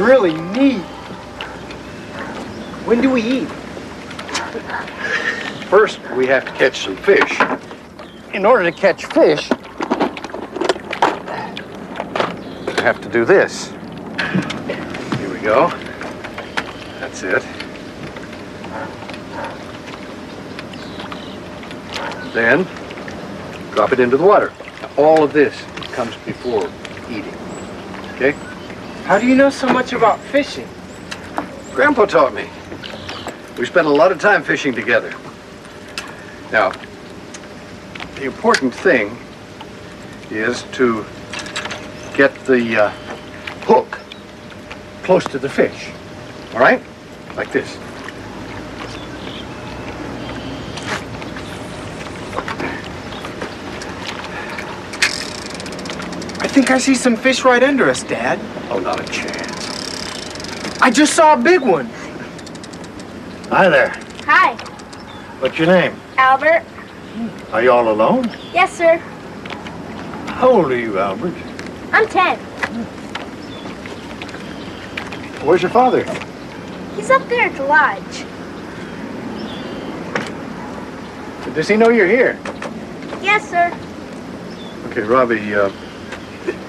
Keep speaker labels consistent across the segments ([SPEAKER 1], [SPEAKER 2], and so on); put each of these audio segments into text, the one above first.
[SPEAKER 1] eat? When do we eat?
[SPEAKER 2] First, we have to catch some fish.
[SPEAKER 1] In order to catch fish,
[SPEAKER 2] We have to do this. Here we go. That's it. Then, drop it into the water. Now, All of this comes before eating. Okay?
[SPEAKER 1] how do you know so much about fishing?
[SPEAKER 2] Grandpa taught me. We spent a lot of time fishing together. Now, the important thing is to get the uh, hook close to the fish. All right? Like this.
[SPEAKER 1] I think I see some fish right under us, Dad.
[SPEAKER 2] Oh, not a chance.
[SPEAKER 1] I just saw a big one.
[SPEAKER 3] Hi there.
[SPEAKER 4] Hi,
[SPEAKER 3] What's your name?
[SPEAKER 4] Albert.
[SPEAKER 3] Are you all alone?
[SPEAKER 4] Yes, sir.
[SPEAKER 3] How old are you, Albert?
[SPEAKER 4] I'm 10.
[SPEAKER 3] Where's your father?
[SPEAKER 4] He's up there at the lodge.
[SPEAKER 2] Does he know you're here?
[SPEAKER 4] Yes, sir.
[SPEAKER 2] Okay, Robbie, uh,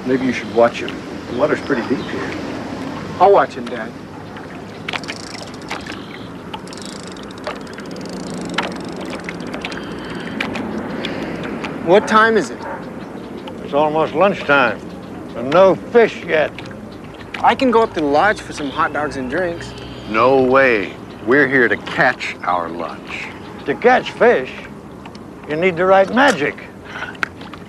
[SPEAKER 2] maybe you should watch him. The water's pretty deep here.
[SPEAKER 1] I'll watch him, Dad. What time is it?
[SPEAKER 3] It's almost lunchtime. And no fish yet.
[SPEAKER 1] I can go up to the lodge for some hot dogs and drinks.
[SPEAKER 2] No way. We're here to catch our lunch.
[SPEAKER 3] To catch fish, you need the right magic.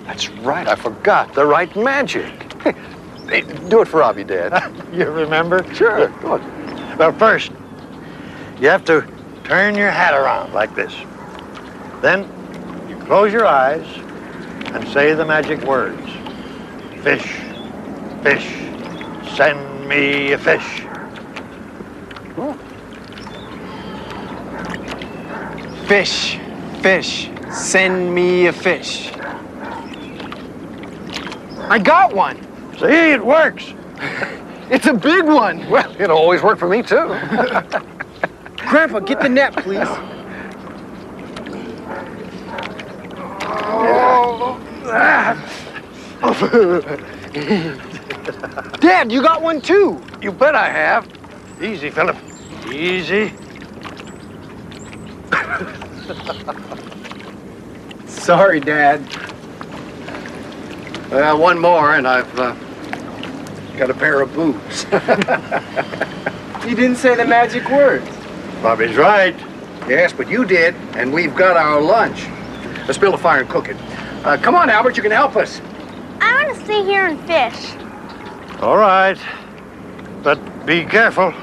[SPEAKER 2] That's right. I forgot the right magic. Hey, Do it for Robbie, Dad.
[SPEAKER 3] You remember?
[SPEAKER 2] sure. Go on.
[SPEAKER 3] Well, first, you have to turn your hat around like this. Then you close your eyes and say the magic words. Fish, fish, send me a fish.
[SPEAKER 1] Fish, fish, send me a fish. I got one.
[SPEAKER 3] See, it works.
[SPEAKER 1] It's a big one.
[SPEAKER 2] Well, it always worked for me, too.
[SPEAKER 1] Grandpa, get the net, please.
[SPEAKER 2] Oh,
[SPEAKER 1] Dad, you got one too.
[SPEAKER 3] You bet I have. Easy, Philip. Easy.
[SPEAKER 1] Sorry, Dad.
[SPEAKER 2] Well, one more, and I've uh, got a pair of boots.
[SPEAKER 1] You didn't say the magic words.
[SPEAKER 3] Bobby's right.
[SPEAKER 2] yes, but you did, and we've got our lunch. Let's build a fire and cook it. Uh, come on, Albert, you can help us.
[SPEAKER 4] I want to stay here and fish.
[SPEAKER 3] All right. But be careful.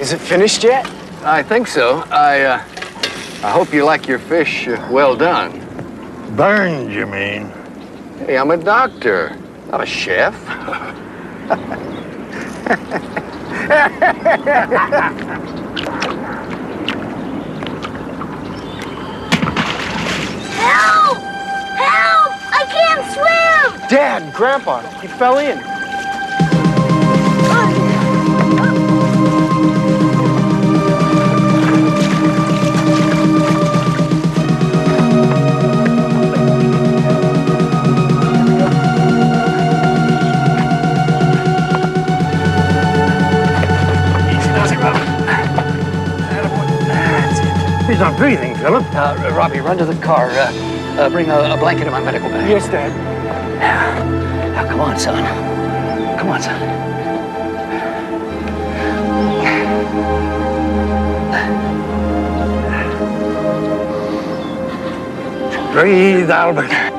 [SPEAKER 1] Is it finished yet?
[SPEAKER 2] I think so. I, uh, I hope you like your fish uh, well done.
[SPEAKER 3] Burned, you mean?
[SPEAKER 2] Hey, I'm a doctor, not a chef.
[SPEAKER 4] Help! Help! I can't swim!
[SPEAKER 1] Dad, Grandpa, he fell in.
[SPEAKER 4] Oh.
[SPEAKER 3] He's not breathing, Philip.
[SPEAKER 5] Uh, Robbie, run to the car. Uh, uh, bring a, a blanket and my medical bag.
[SPEAKER 1] Yes, Dad.
[SPEAKER 5] Now, come on, son. Come on, son.
[SPEAKER 3] Breathe, Albert.